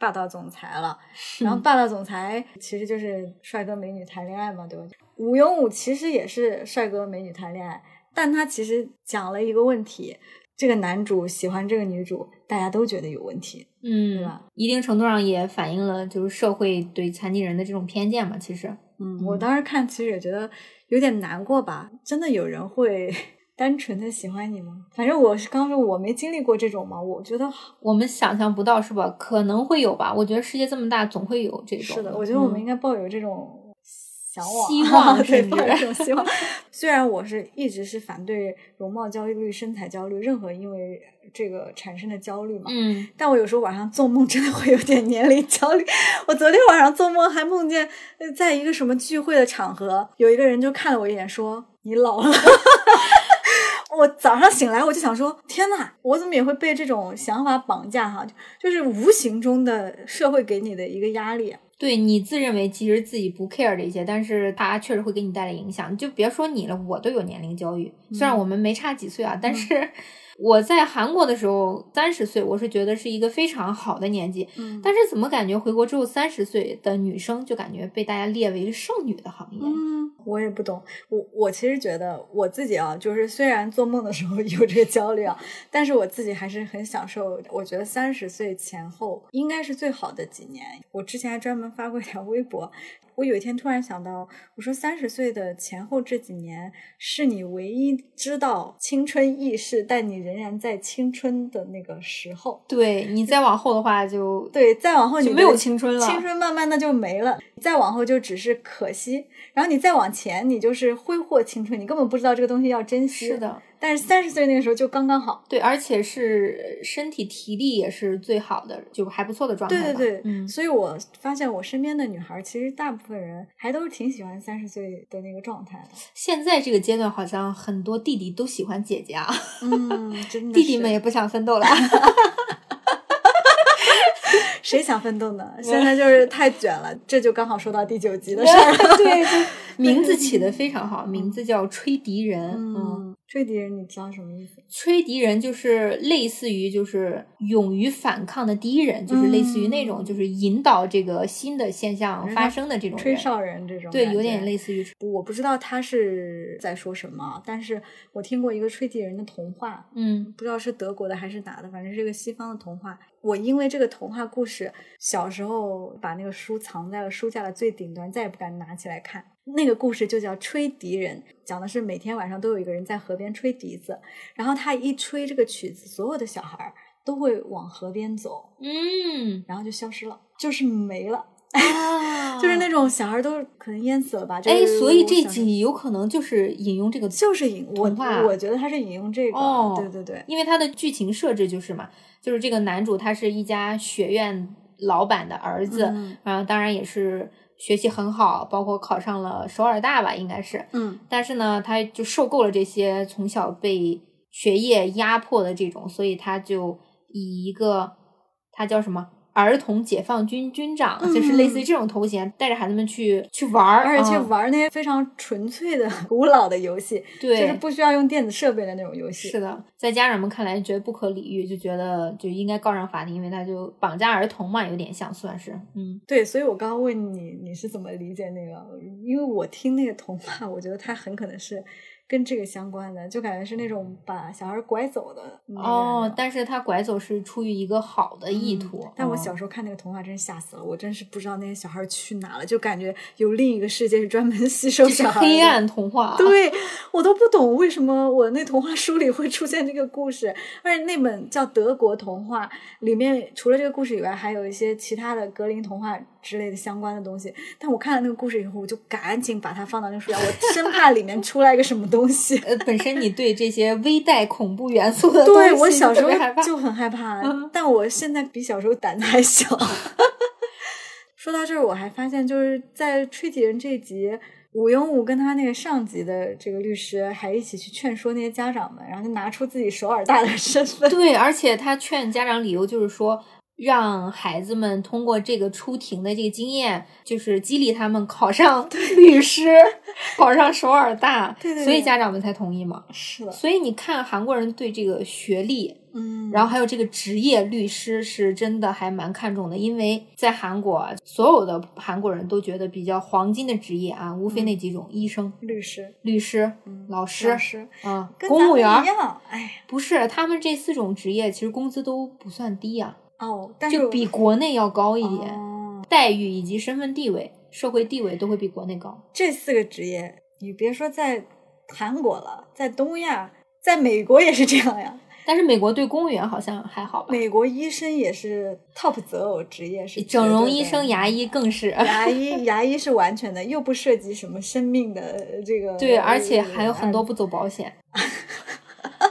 霸道总裁了，然后霸道总裁其实就是帅哥美女谈恋爱嘛，对吧？吴庸武其实也是帅哥美女谈恋爱，但他其实讲了一个问题。这个男主喜欢这个女主，大家都觉得有问题，对
嗯
吧，
一定程度上也反映了就是社会对残疾人的这种偏见嘛。其实，
嗯，我当时看其实也觉得有点难过吧。真的有人会 单纯的喜欢你吗？反正我是刚说我没经历过这种嘛，我觉得
我们想象不到是吧？可能会有吧。我觉得世界这么大，总会有这种。
是的。我觉得我们
嗯
应该抱有这种向往、
希望
对，
甚至
抱有这种希望。 虽然我是一直是反对容貌焦虑、身材焦虑，任何因为这个产生的焦虑嘛。
嗯，
但我有时候晚上做梦真的会有点年龄焦虑。我昨天晚上做梦还梦见，呃在一个什么聚会的场合，有一个人就看了我一眼说：“你老了。” 我早上醒来我就想说：“天呐，我怎么也会被这种想法绑架哈、就就是无形中的社会给你的一个压力。啊
对你自认为其实自己不 care 这些，但是它确实会给你带来影响。你就别说你了，我都有年龄焦虑。虽
嗯
然我们没差几岁啊，但是我在韩国的时候三十岁，我是觉得是一个非常好的年纪。
嗯
但是怎么感觉回国之后，三十岁的女生就感觉被大家列为剩女的行业？
嗯，我也不懂。我我其实觉得我自己啊，就是虽然做梦的时候 有这个焦虑啊，但是我自己还是很享受。我觉得三十岁前后应该是最好的几年。我之前还专门发过一条微博，我有一天突然想到，我说三十岁的前后这几年是你唯一知道青春易逝，但你仍然在青春的那个时候。
对你再往后的话就，
对，再往后你
就
的
没有青春了
青春慢慢的就没了，再往后就只是可惜，然后你再往前，你就是挥霍青春，你根本不知道这个东西要珍惜。
是，的，
但是三十岁那个时候就刚刚好。
对，而且是身体体力也是最好的，就还不错的状态
对
吧。
对对，
嗯，
所以我发现我身边的女孩儿，其实大部分人还都是挺喜欢三十岁的那个状态的。
现在这个阶段好像很多弟弟都喜欢姐姐啊。
嗯，真的。啊
弟弟们，也不想奋 斗了。
谁想奋斗 呢？现在就是太卷了，这就刚好说到第九集的事 儿了。
对，就名字起的非常好，名字叫吹笛人。嗯，
嗯，吹笛人，你知道什么意思？
吹笛人就是类似于就是勇于反抗的第一人，就是类似于那种
嗯
就是引导这个新的现象
人家
发生的这种
吹
人。
哨人这种感
对，
觉，
有点类似于吹，
我不知道他是在说什么，但是我听过一个吹笛人的童话，
嗯
不知道是德国的还是哪的，反正是一个西方的童话。我因为这个童话故事，小时候把那个书藏在了书架的最顶端，再也不敢拿起来看。那个故事就叫《吹笛人》，讲的是每天晚上都有一个人在河边吹笛子，然后他一吹这个曲子，所有的小孩儿都会往河边走，
嗯，
然后就消失了，就是没了。
啊
就是那种小孩都可能淹死了吧。
哎，
就是
所以
我
这
小时候
集有可能就是引用这个，
就是引我
童话
我觉得他是引用这个，
哦
对对对，
因为它的剧情设置就是嘛，就是这个男主他是一家学院老板的儿子，
嗯
然后当然也是学习很好，包括考上了首尔大吧，应该是。
嗯
但是呢，他就受够了这些从小被学业压迫的这种，所以他就以一个他叫什么儿童解放军军长，
嗯
就是类似于这种头衔，带着孩子们去去玩儿，
而且去
嗯
玩那些非常纯粹的 古老的游戏，
对，
就是不需要用电子设备的那种游戏。
是的，在家长们看来觉得不可理喻，就觉得就应该告上法庭，因为他就绑架儿童嘛，有点像算是，嗯，
对，所以我刚刚问你你是怎么理解那个？因为我听那个童话，我觉得它很可能是跟这个相关的，就感觉是那种把小孩拐走的那个
哦
人，
但是他拐走是出于一个好的意图。
嗯但我
哦
小时候看那个童话真吓死了，我真是不知道那些小孩去哪了，就感觉有另一个世界是专 门吸收
这是
小孩
黑
的
暗童话，，啊
对我都不懂为什么我那童话书里会出现这个故事，而且那本叫《德国童话》里面除了这个故事以外，还有一些其他的格林童话之类的相关的东西。但我看了那个故事以后，我就赶紧把它放到那个书架，我生怕里面出来个什么东西。
呃，本身你对这些微带恐怖元素的
对
东
我
西
小
就
时候
特别害怕
就很害怕
嗯，
但我现在比小时候胆子还小。 说到这儿，我还发现就是在《吹笛人》这一集，武庸武跟他那个上级的这个律师还一起去劝说那些家长们，然后就拿出自己首尔大的身份。
对，而且他劝家长理由就是说，让孩子们通过这个出庭的这个经验，就是激励他们考上律师，考上首尔大，
对对
所以
对
家长们才同意嘛。
是的，
所以你看，韩国人对这个学历，
嗯，
然后还有这个职业律师，是真的还蛮看重的，因为在韩国啊，所有的韩国人都觉得比较黄金的职业啊，无非那几种：医生、
律师、
律师、
嗯
老师
老师，
啊、
跟咱
公务
们
员
一
儿。
样，哎，
不是，他们这四种职业其实工资都不算低啊，
哦，但是
就比国内要高一点，
哦
待遇以及身份地位、社会地位都会比国内高。
这四个职业，你别说在韩国了，在东亚，在美国也是这样呀。
但是美国对公务员好像还好吧？
美国医生也是 top 择偶职业，是
整容
绝对的
医生、牙医更是。
牙医、牙医是完全的，又不涉及什么生命的这个。呃
对，而且还有很多不走 保险，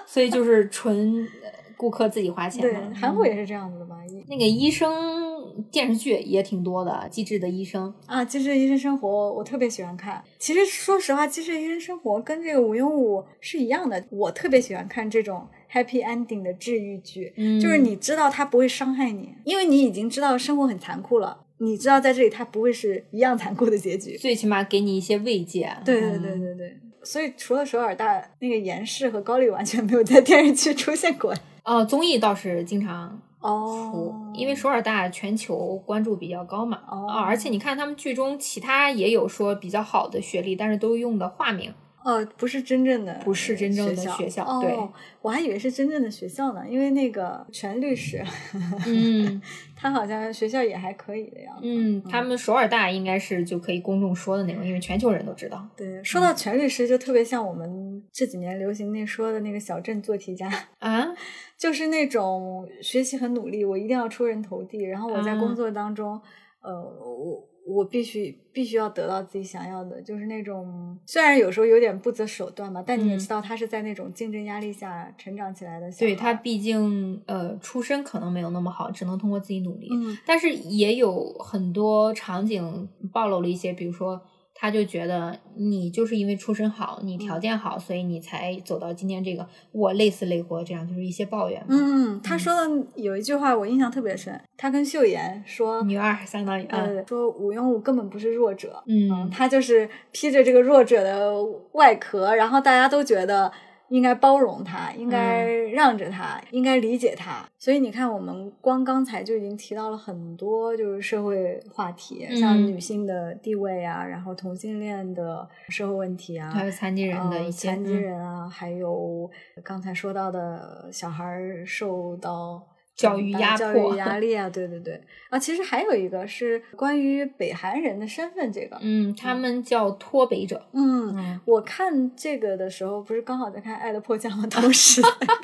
所以就是纯呃顾客自己花钱
对
嘛。嗯
韩国也是这样子的吧？一
那个医生电视剧也挺多的，《机智的医生
啊，《机智的医生生活》我特别喜欢看。其实说实话，《机智的医生生活》跟这个《无用武》是一样的，我特别喜欢看这种 happy ending 的治愈剧，
嗯
就是你知道它不会伤害你，因为你已经知道生活很残酷了，你知道在这里它不会是一样残酷的结局》，。
最起码给你一些慰藉。
对对对
嗯
对对，所以除了首尔大那个严氏和高丽完全没有在电视剧出现过。
哦，综艺倒是经常出
哦
因为首尔大全球关注比较高嘛。
哦
啊而且你看他们剧中其他也有说比较好的学历，但是都用的化 名。
哦，不是真正的，
不是真正的
学
学校对
哦，我还以为是真正的学校呢，因为那个全律师，
嗯
他好像学校也还可以的样子。
嗯，他们首尔大应该是就可以公众说的那种，因为全球人都知道。
对，说到全律师，就特别像我们这几年流行那说的那个小镇做题家，
啊，
就是那种学习很努力，我一定要出人头地，然后我在
嗯
工作当中，呃，我我必须必须要得到自己想要的，就是那种虽然有时候有点不择手段吧，但你也
嗯
知道他是在那种竞争压力下成长起来的小孩。
对他毕竟呃出身可能没有那么好，只能通过自己努力。
嗯
但是也有很多场景暴露了一些，比如说，他就觉得你就是因为出身好，你条
嗯
件好，所以你才走到今天这个。我累死累活，这样就是一些抱怨嘛。
嗯，他说的有一句话我印象特别深，他跟秀妍说，
女二相当于啊，
呃，说武庸武根本不是弱者，嗯，
嗯，
他就是披着这个弱者的外壳，然后大家都觉得应该包容他，应该
嗯
让着他，应该理解他。所以你看，我们光刚才就已经提到了很多就是社会话题，
嗯
像女性的地位啊，然后同性恋的社会问题啊
还。有残疾人的
呃
一些，
残疾
嗯
人啊，还有刚才说到的小孩儿受到
教育压
教
迫
育压力啊，对对对啊，其实还有一个是关于北韩人的身份这个，
嗯，他们叫脱北者，
嗯，
嗯，
我看这个的时候，不是刚好在看《爱的迫降》吗？同时在看，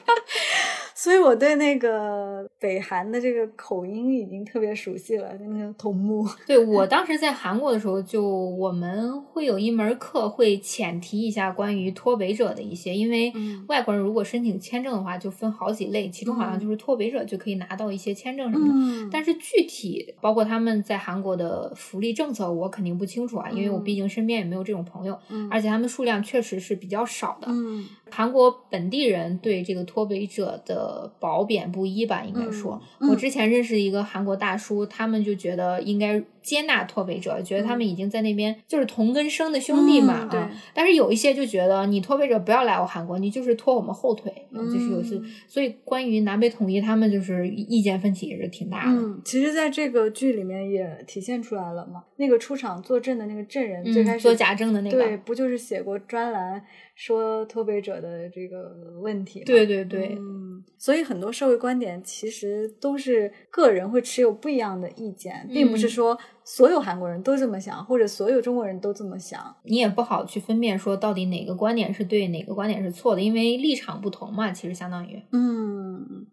所以我对那个北韩的这个口音已经特别熟悉了，那个头目。
对我
嗯
当时在韩国的时候，就我们会有一门课会浅提一下关于脱北者的一些，因为
嗯
外国人如果申请签证的话，就分好几类，其中好像就是脱北者就可以拿到一些签证什么的。
嗯
但是具体包括他们在韩国的福利政策，我肯定不清楚啊，因为我
嗯
毕竟身边也没有这种朋友，
嗯
而且他们数量确实是比较少的。
嗯
韩国本地人对这个脱北者的褒贬不一吧，应该说，
嗯嗯
我之前认识一个韩国大叔，他们就觉得应该接纳脱北者，觉得他们已经在那边就是同根生的兄弟嘛啊。
嗯对
但是有一些就觉得你脱北者不要来我韩国，你就是拖我们后腿，
嗯
就是有些。所以关于南北统一，他们就是意见分歧也是挺大的。
嗯，其实，在这个剧里面也体现出来了嘛。那个出场作证的那个证人，最开始
做嗯假证的那个，
对，不就是写过专栏说脱北者的这个问题吗？
对对对
嗯，所以很多社会观点其实都是个人会持有不一样的意见，并不是
嗯
说所有韩国人都这么想，或者所有中国人都这么想。
你也不好去分辨说到底哪个观点是对，哪个观点是错的，因为立场不同嘛，其实相当于。
嗯，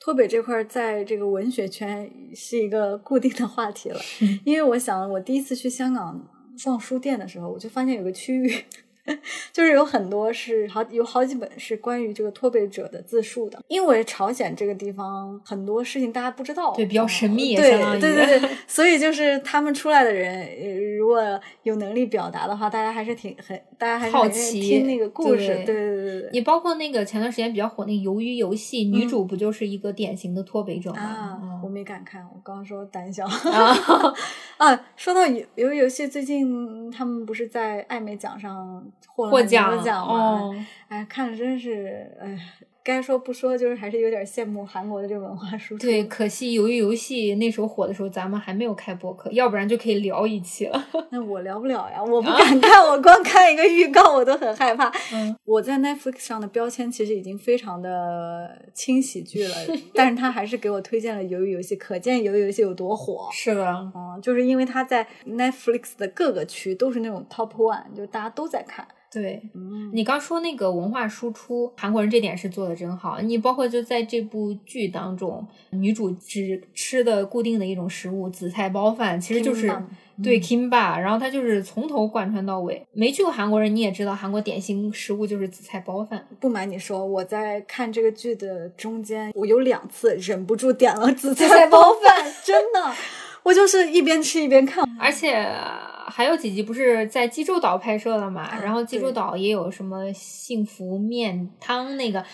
脱北这块儿在这个文学圈是一个固定的话题了，因为我想我第一次去香港逛书店的时候，我就发现有个区域。 就是有很多是好有好几本是关于这个脱北者的自述的，因为朝鲜这个地方很多事情大家不知道，
对比较
啊
神秘
对
相当于
对对对，所以就是他们出来的人，呃如果有能力表达的话，大家还是挺很大家还是
好
很愿意
奇
听那个故事，
对
对对对对
你包括那个前段时间比较火那个《鱿鱼游戏》，女主不就是一个典型的脱北者
啊，
吗？
我没敢看，我刚刚说胆小。
嗯啊
啊，说到游游游戏，最近他们不是在艾美奖上获了
获
很多
奖
奖吗？
哦，
哎，看着真是，哎，该说不说，就是还是有点羡慕韩国的这文化输出。
对，，可惜《鱿鱼游戏》那时候火的时候，咱们还没有开播客，要不然就可以聊一期了。
那我聊不了呀，我不敢看，我光看一个预告我都很害怕。
啊嗯，
我在 Netflix 上的标签其实已经非常的轻喜剧 了，但是他还是给我推荐了《鱿鱼游戏》，可见《鱿鱼游戏》有多火。
是的，
嗯，就是因为它在 Netflix 的各个区都是那种 top one，就是大家都在看。
对。
嗯
你刚说那个文化输出，韩国人这点是做的真好。你包括就在这部剧当中，女主只吃的固定的一种食物紫菜包饭，其实就是
Kimbap
对
嗯
kimba，然后她就是从头贯穿到尾。没去过韩国人你也知道，韩国典型食物就是紫菜包饭。
不瞒你说，我在看这个剧的中间，我有两次忍不住点了 紫
菜
菜
包
包饭，真的，我就是一边吃一边看。
而且呃还有几集不是在济州岛拍摄的嘛，
啊
然后济州
对
岛也有什么幸福面汤那个，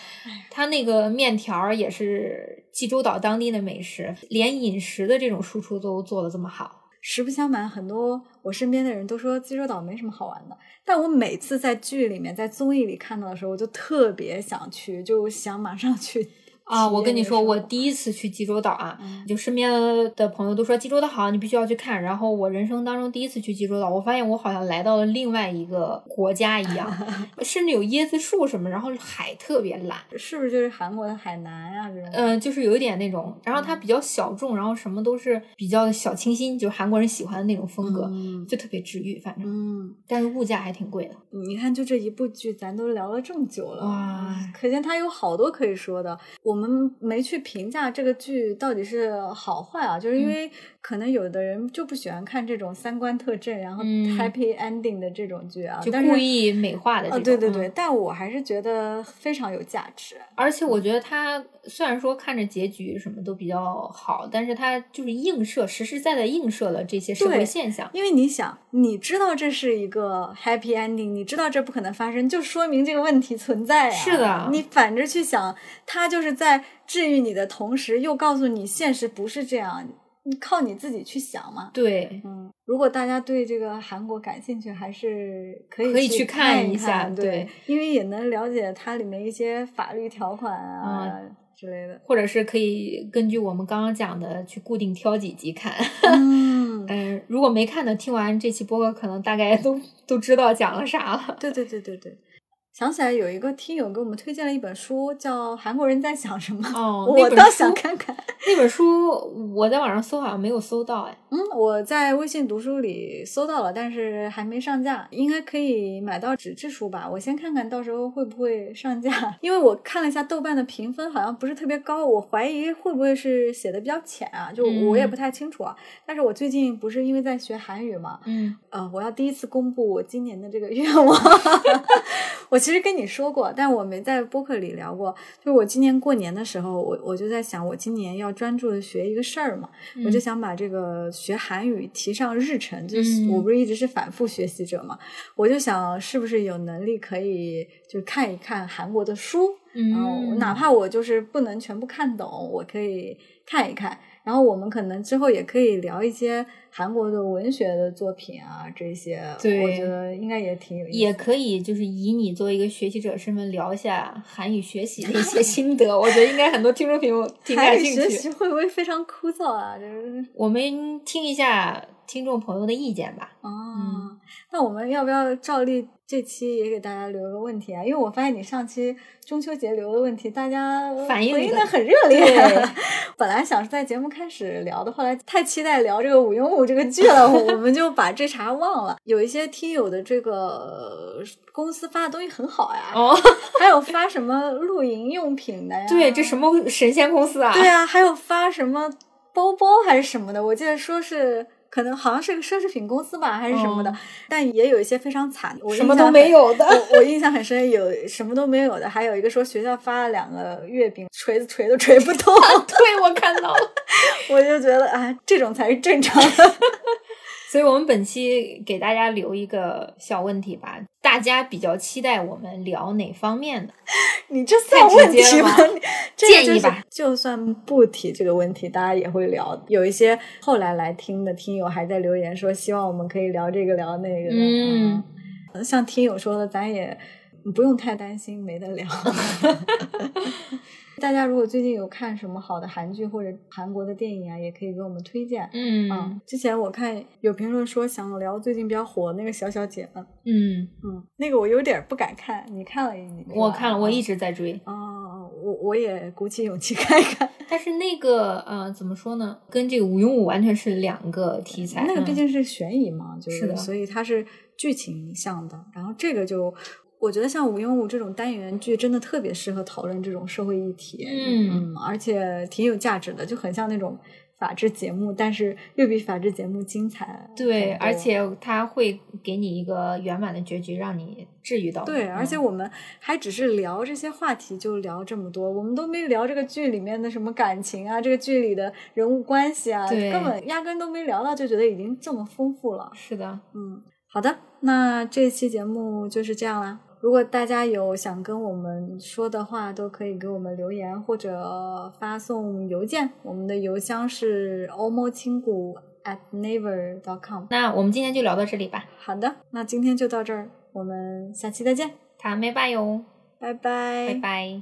它那个面条儿也是济州岛当地的美食，连饮食的这种输出都做的这么好。
实不相瞒，很多我身边的人都说济州岛没什么好玩的，但我每次在剧里面、在综艺里看到的时候，我就特别想去，就想马上去
啊，
体
我跟
验
你
这
说，
生
我
活
第一次去济州岛啊，
嗯
就身边的朋友都说济州岛好，你必须要去看。然后我人生当中第一次去济州岛，我发现我好像来到了另外一个国家一样， 甚至有椰子树什么，然后海特别蓝，
是不是就是韩国的海南啊这种？
嗯，就是有一点那种，然后它比较小众，然后什么都是比较小清新，就是韩国人喜欢的那种风格，
嗯
就特别治愈。反正，
嗯，
但是物价还挺贵的。
你看，就这一部剧，咱都聊了这么久了，哎
哇
可见它有好多可以说的。我们没去评价这个剧到底是好坏啊，就是
嗯
因为可能有的人就不喜欢看这种三观特正，然后
嗯
happy ending 的这种剧啊，
就
但是
故意美化的
啊、
这种，
对对对，
嗯
但我还是觉得非常有价值。
而且我觉得它虽然说看着结局什么都比较好，但是它就是映射实实在在映射了这些社会
对
现象。
因为你想，你知道这是一个 happy ending，你知道这不可能发生，就说明这个问题存在呀、
是的
你反着去想，他就是在治愈你的同时，又告诉你现实不是这样，你靠你自己去想嘛。
对，
嗯，如果大家对这个韩国感兴趣，还是可以
可以
以
去看
看
一下
看
对。
对，因为也能了解它里面一些法律条款啊、之类的
嗯或者是可以根据我们刚刚讲的去固定挑几集看。
嗯，
嗯，如果没看的，听完这期播客，可能大概都都知道讲了啥了。
对对对对对。想起来有一个听友给我们推荐了一本书，叫《韩国人在想什么》，
哦 那
我
本
倒
书
想看看。
那本书我在网上搜好像没有搜到哎，
嗯，我在微信读书里搜到了，但是还没上架，应该可以买到纸质书吧？我先看看到时候会不会上架， 因为我看了一下豆瓣的评分，好像不是特别高，我怀疑会不会是写的比较浅啊？就
嗯
我也不太清楚啊。但是我最近不是因为在学韩语嘛，
嗯
呃，我要第一次公布我今年的这个愿望。 我其实跟你说过，但我没在播客里聊过。就是我今年过年的时候，我我就在想，我今年要专注的学一个事儿嘛。我就想把这个学韩语提上日程，就是
嗯
我不是一直是反复学习者嘛，我就想是不是有能力可以就是看一看韩国的书，然后
嗯，
呃哪怕哦我就是不能全部看懂，我可以看一看。然后我们可能之后也可以聊一些韩国的文学的作品啊，这些我
对
觉得应该也挺有意思的。
也可以就是以你作为一个学习者身份聊一下韩语学习的一些 心得，我觉得应该很多听众 朋友挺
韩
感
语
兴
学
趣
习。会不会非常枯燥啊？就是
我们听一下听众朋友的意见吧。
哦，
嗯
那我们要不要照例这期也给大家留个问题啊？因为我发现你上期中秋节留的问题，大家
反应
回应
的
的很热烈
对。
本来想是在节目开始聊的，后来太期待聊这个《五庸五》这个剧了，我们就把这茬忘了。有一些听友的这个呃公司发的东西很好呀，
哦，
还有发什么露营用品的呀？
对，这什么神仙公司啊？
对啊，还有发什么包包还是什么的，我记得说是可能好像是个奢侈品公司吧，还是什么的，
哦
但也有一些非常惨，我
什么都没
有。
有的。
我我印象很深，有什么都没有的，还有一个说学校发了两个月饼，锤子锤都锤不 动，
对，我看到了。
我就觉得啊，这种才是正常的。
所以我们本期给大家留一个小问题吧，大家比较期待我们聊哪方面的？
你这算
太直
问
接
题
了
吗
吧？
你这个
建
就
议
是
吧。
就算不提这个问题，大家也会聊。有一些后来来听的听友还在留言说，希望我们可以聊这个聊那个的。
嗯
嗯，像听友说的，咱也不用太担心没得聊。 大家如果最近有看什么好的韩剧或者韩国的电影啊，也可以给我们推荐。
嗯
嗯，之前我看有评论说想聊最近比较火那个小小姐们，
嗯，
嗯，那个我有点不敢看，你看了一？
我看了，我一
直。
直在追。
哦，我我也鼓起勇气 看一看。
但是那个呃，怎么说呢？跟这个《无用武》完全是两个题材。
那个毕
嗯
竟是悬疑嘛，就是
的
所以它是剧情向的。然后这个就，我觉得像《无用武》这种单元剧，真的特别适合讨论这种社会议题，
嗯
而且挺有价值的，就很像那种法制节目，但是又比法制节目精彩。
对，而。且它会给你一个圆满的结局，让你治愈到你。
对，而且
嗯
我们还只是聊这些话题，就聊这么多，我们都没聊这个剧里面的什么感情啊，这个剧里的人物关系啊，
对
根本压根都没聊到，就觉得已经这么丰富了。
是的，
嗯，好的，那这期节目就是这样啦。如果大家有想跟我们说的话，都可以给我们留言或者发送邮件，我们的邮箱是 omo 青谷 at naver dot com。
那我们今天就聊到这里吧，
好的，那今天就到这儿，我们下期再见，
塔妹拜哟，
拜拜，
拜拜。